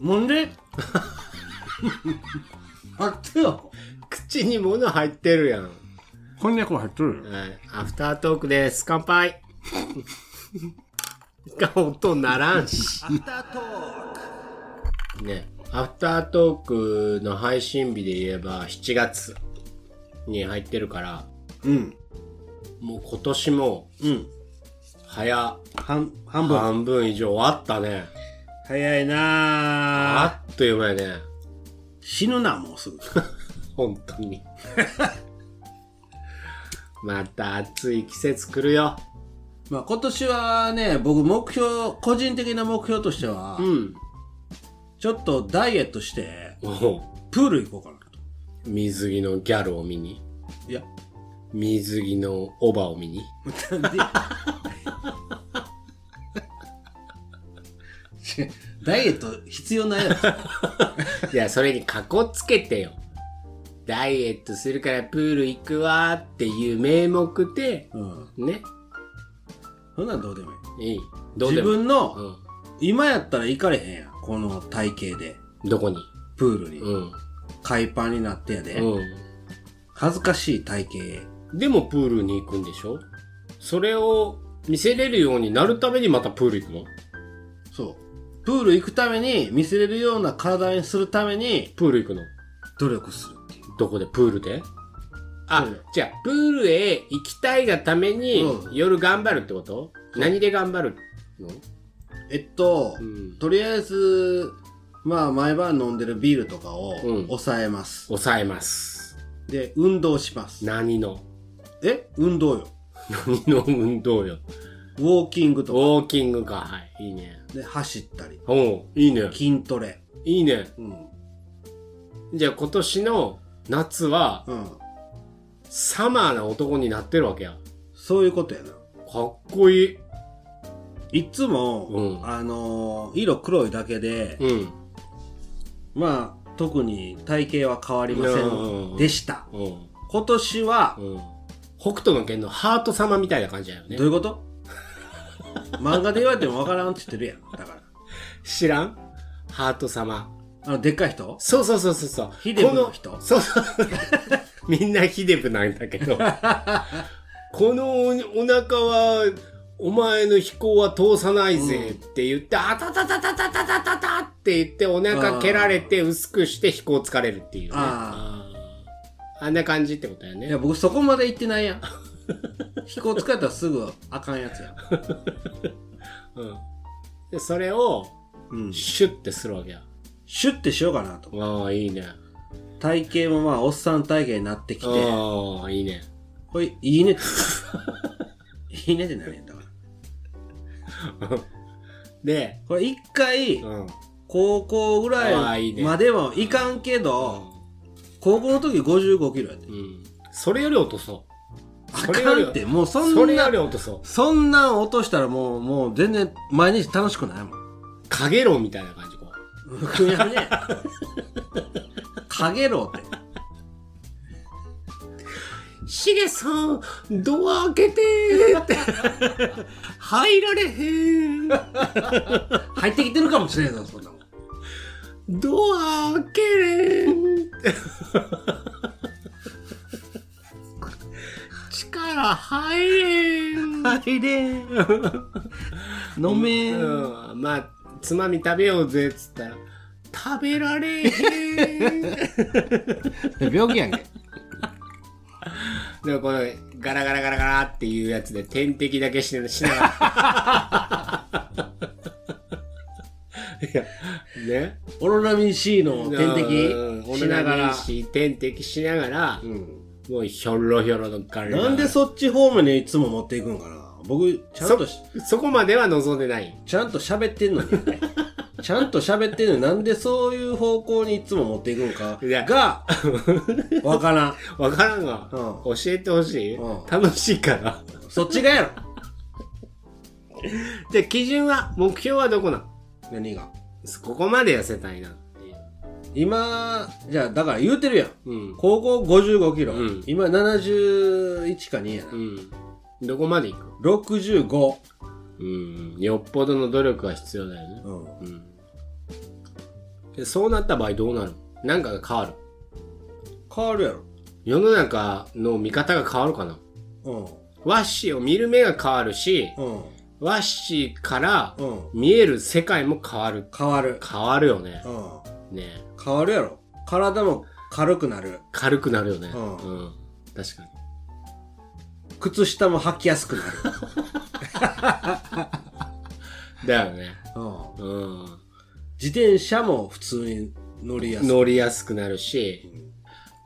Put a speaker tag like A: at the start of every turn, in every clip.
A: なん で待ってよ
B: 口に物入ってるやん。
A: こんにゃく入ってるよ
B: はい、アフタートークです。乾杯。 が音ならんし。ね、アフタートークの配信日で言えば7月に入ってるから、
A: うん
B: もう今年も
A: うん
B: 早
A: 半半分
B: 半分以上終わったね。
A: 早いなあ
B: あっという間やね。
A: 死ぬなもうすぐ
B: 本当に。 また暑い季節来るよ。
A: まあ今年はね僕目標個人的な目標としては、
B: うん。
A: ちょっとダイエットして
B: おう
A: プール行こうかなと
B: 水着のギャルを見に、
A: いや
B: 水着のオバを見に。
A: しダイエット必要ないやつ
B: いや、それにかこつけてよ。ダイエットするからプール行くわーっていう名目で、
A: うん
B: ね。
A: そんなんどうでもいい
B: いい。どう
A: 自
B: でも。
A: 分の、
B: う
A: 今やったら行かれへんやんこの体型で
B: ん。どこに
A: プールに、
B: うん。
A: 海パンになってやで、
B: う
A: 恥ずかしい体型
B: ん。でもプールに行くんでしょそれを見せれるようになるためにまたプール行くの
A: そうプール行くために見せれるような体にするために
B: プール行くの
A: 努力するっていう
B: どこでプールであ
A: うん、
B: じゃあ、プールへ行きたいがために、
A: うん
B: 夜頑張るってこと何で頑張るの
A: えっと、
B: ん。
A: とりあえずまあ毎晩飲んでるビールとかを
B: うん
A: 抑えます、
B: 抑えます。
A: で運動します
B: 何の
A: え運動よ
B: 何の運動よ。
A: ウォーキング
B: ウ
A: と
B: ォーキングか。はい。いいね。
A: かで走ったり
B: おういいね。
A: 筋トレ
B: いいね。
A: うん
B: じゃあ今年の夏は、
A: うん
B: サマーな男になってるわけや。か
A: そういうことやな
B: っこいい。
A: いっつも、
B: うん
A: あのー色黒いだけで、
B: うん。
A: まあ特に体型は変わりませ
B: うん
A: んでした
B: うん。
A: 今年は、
B: うん。北斗の拳のハート様みたいな感じだよね
A: どう。いうこと漫画で言われてもわからんって言ってるやんだから
B: 知らんハート様。
A: あのでっかい人
B: そうそうそうそうそう。
A: ヒデブの
B: こ
A: 人
B: そうそう。みんなヒデブなんだけど。このおお腹は、お前の飛行は通さないぜって言って、あたたたたたたたたたって言って、お腹蹴られて薄くして飛行疲れるっていうね。
A: あ
B: あーあんな感じってことだよ
A: い
B: ね
A: や。僕そこまで行ってないやん飛行使えたらすぐあかんやつ やん、
B: うん。で、それを、
A: うん、シ
B: シュッてするわけや。
A: ュッてしようかなと
B: ああ、いいね。
A: 体型もまあおっさん体型になってきて
B: ああ、いいね。
A: これいいねっていいねってなるやんだから
B: で、
A: これ一回
B: うん。
A: 高校ぐ
B: あ
A: ら
B: ーいい
A: い
B: ね
A: まではいかんけど高校の時55キロやで
B: うん。それより落とそう。
A: あ
B: それよ
A: か
B: り
A: んってもうそ
B: そ
A: ん
B: れ
A: な
B: より落とそう
A: そんなん落としたらもう、もう全然毎日楽しくないもん。
B: 影楼みたいな感じこ
A: 服やね。 かげろうって。
B: う「しげさんドア開けて」 って「入られへん
A: 入ってきてるかもしれんぞ、そんなもん。
B: ドア開けれん」 力入れん」
A: 入れん。飲めん。
B: うん、まあつまみ食べようぜっつったら「食べられへん」
A: 病気やんけ。
B: でもこのガラガラガラガラっていうやつで点滴だけししなが ら。いや、ね。
A: オロナミン C の点
B: うん
A: 滴しなが
B: オナニー
A: ら。
B: し点滴しながら、
A: うん
B: もうひょろひょろのガラガラ
A: なんでそっち方面にいつも持っていくんかな。僕、ちゃんとし、
B: そこまでは望んでない。
A: ちゃんと喋って んのに。ちゃんと喋ってんのになんでそういう方向にいつも持っていくんか
B: いや
A: が、わからん。
B: わからんが、
A: う
B: 教えてほしい、
A: うん
B: 楽しいから。
A: そっちがやろ。
B: で、基準は、目標はどこなん
A: 何が
B: ここまで痩せたいなっていう。
A: 今じゃあだから言うてるやん
B: うん。
A: 高校55キロ、
B: うん
A: 今71か2やな、
B: うん。どこまでいく
A: 65、
B: うん。よっぽどの努力は必要だよね。
A: うん、
B: うんえそうなった場合どうなるなんかが変わる
A: 変わるや
B: 世の中の見方が変わるかな
A: ろ
B: ワッシーを見る目が変わるし
A: うんうん
B: ワッシーから
A: うん
B: 見える世界も変わる
A: 変わる
B: 変わるよね
A: うん
B: ね
A: 変わるやろ体も軽くなる
B: 軽くなるよね
A: うん
B: うん、確かに
A: 靴下も履きやすくなる
B: だよね
A: うん
B: うん
A: 自転車も普通に乗りやすい
B: 乗りやすくなるし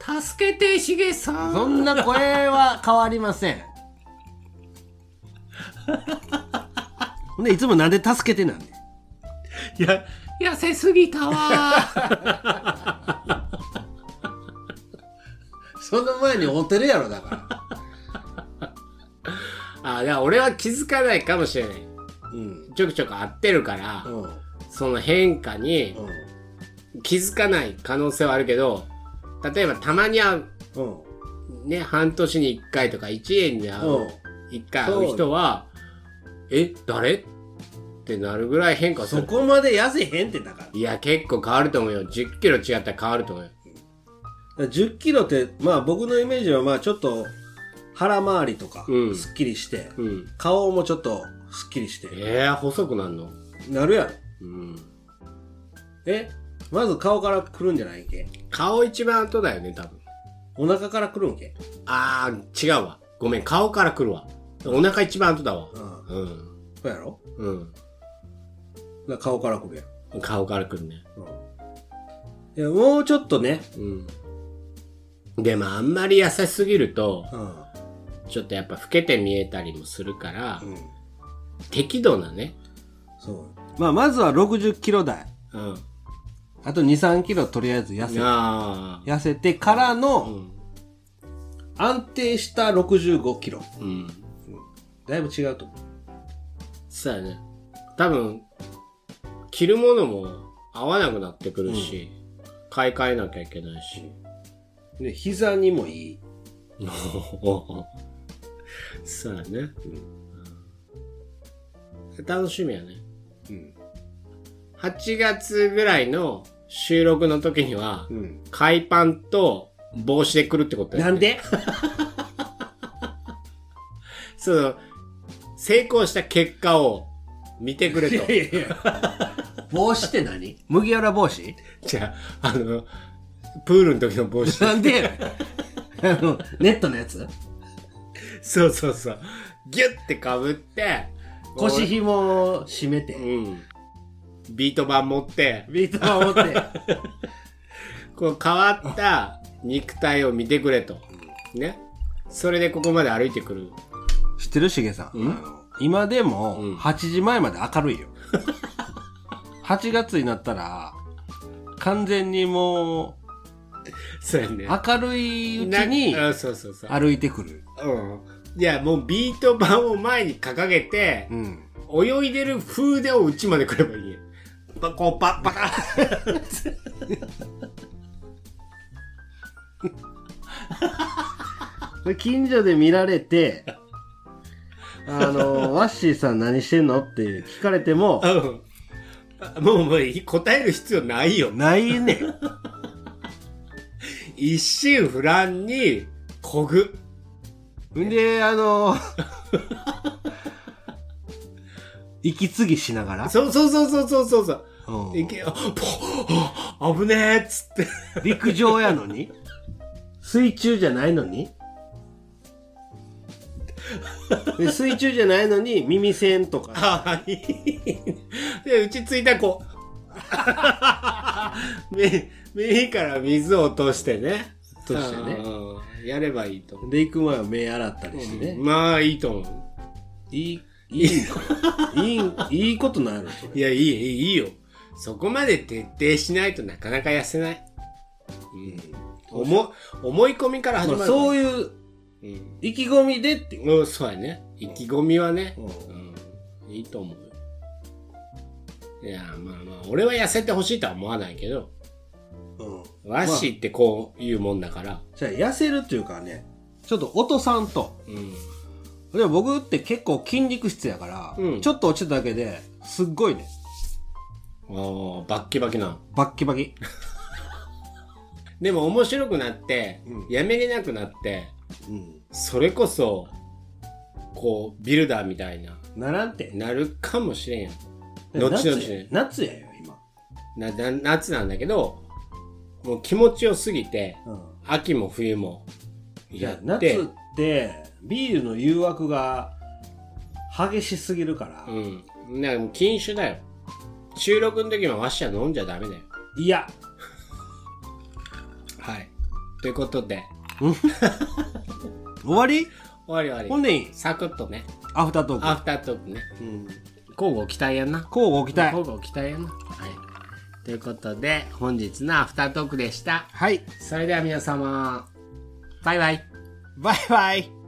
B: 助けてしげさん
A: そんな声は変わりません。ほんで、いつもなんで助けてなんで。
B: いや痩せすぎたわ
A: その前に会うてるやろ、だか
B: あいや俺は気づかないかもしれない
A: ら。うん。
B: ちょくちょく合ってるから、
A: うん。うん。
B: その変化に気づかない可能性はあるけど例えばたまに会う
A: うん。
B: ね半年に1回とか1年に会
A: う。
B: うん1回会う人は「え誰?」ってなるぐらい変化す
A: そ
B: る
A: こまで痩せへんってだから。だか
B: いや結構変わると思うよ1 0キロ違ったら変わると思うよ
A: ら10キロって、まあ僕のイメージは、まあちょっと腹周りとか
B: う、ん
A: すっきりして、
B: うん
A: 顔もちょっとすっきりして、
B: えー、細くなるの
A: なるやろ。
B: うん
A: えまず顔から来るんじゃないんけ
B: 顔一番後だよね多分
A: お腹から来るんけ
B: あー違うわごめん顔から来るわお腹一番後だわ
A: うん。そ
B: うん
A: うやろ
B: うん
A: だから顔から来るやん。
B: 顔から来るね
A: いやもうちょっとね、
B: うんでもあんまり優しすぎると
A: うん
B: ちょっとやっぱ老けて見えたりもするから、
A: うん、
B: 適度なね
A: そうまあまずは60キロ台
B: うん
A: あと23キロとりあえず痩せ
B: あ
A: 痩せてから
B: あう
A: の
B: ん
A: 安定した65キロ
B: うん
A: だいぶ違うと思
B: そうやね多分着るものも合わなくなってくるし、買い替えなきゃいけないし、
A: うで膝にもいい
B: そうやね、うん楽しみやね
A: うん
B: 8月ぐらいの収録の時には
A: うん
B: 海パンと帽子で来るってことや、ね、
A: なんで
B: その成功した結果を見てくれ
A: い
B: と
A: やいやいや帽子って何麦わら帽子
B: じゃああのプールの時の 帽子
A: なんでやねんあのネットのやつ
B: そうそうそうギュッてかぶって
A: 腰紐を締めて
B: うんビート板持って
A: ビートを持って
B: こう変わった肉体を見てくれと。ね。それでここまで歩いてくる。
A: 知ってるしげさん、
B: うん
A: あの今でも
B: うん
A: 8時前まで明るい よ8月になったら完全にも
B: そうやね
A: う明るいうちに
B: なあそうそうそう。
A: 歩いてくる、
B: うん。いや、もうビート板を前に掲げて
A: う、ん、
B: 泳いでる風でをうちまで来ればいいや。パこうパッパカ
A: で近所で見られて あのワッシーさん何してんのって聞かれても
B: うんあもうもういい答える必要ないよ。
A: ないねん
B: 一心不乱にこぐ。
A: んであ の息継ぎしながら、
B: そうそうそうそうそうそうそう。
A: うん
B: いけよ。ぽあ危ねえっつって。
A: 陸上やのに水中じゃないのにで水中じゃないのに耳栓とか
B: はい。で、うち着いたらこう。 目、目から水を落としてね。
A: 落としてね
B: うん。やればいいと思う。
A: で行く前は目洗ったりしてね、
B: まあいいと思。
A: いいいいのかないいいいことなんやろそう
B: い
A: れ
B: や、いい、いいいいよ。そこまで徹底しないとなかなか痩せない。うん。思、思い込みから始ま
A: まあ
B: る。
A: そう
B: い
A: いう
B: うん。
A: 意気込みでっていう
B: うん、そうやね。意気込みはね。
A: う
B: うん。いいと思うよ。いや、まあまあ、俺は痩せてほしいとは思わないけど。
A: うん
B: 和紙ってこういうもんだから。
A: じゃあ痩せるっていうかねちょっとおとさんと
B: うん。
A: でも僕って結構筋肉質やから、
B: うん
A: ちょっと落ちただけですっごいね
B: あーバッキバキなん
A: バッキバキ。
B: でも面白くなって、
A: うん
B: やめれなくなって
A: うん。
B: それこそこうビルダーみたいな
A: ならんて。
B: なるかもしれんやん後々ね
A: 夏や夏やよ、今。
B: なな夏なんだけどもう気持ちよすぎて
A: うん。
B: 秋も冬もやっ
A: 夏
B: て
A: って、ビールの誘惑が激しすぎるから、
B: うんだからもう禁酒だよ収録の時もわしは飲んじゃダメだよ
A: いや、
B: はいということで
A: 終わり
B: 終わり終
A: ほ
B: わ
A: んでいい
B: りサクッとね
A: アフタート
B: ア
A: ー
B: フタートークね
A: ク。うん。
B: 交互期待やんな
A: 交互期待。
B: 交互期待やなはいということで本日のアフタートークでした
A: はい。
B: それでは皆様バイバイ
A: バイバイ。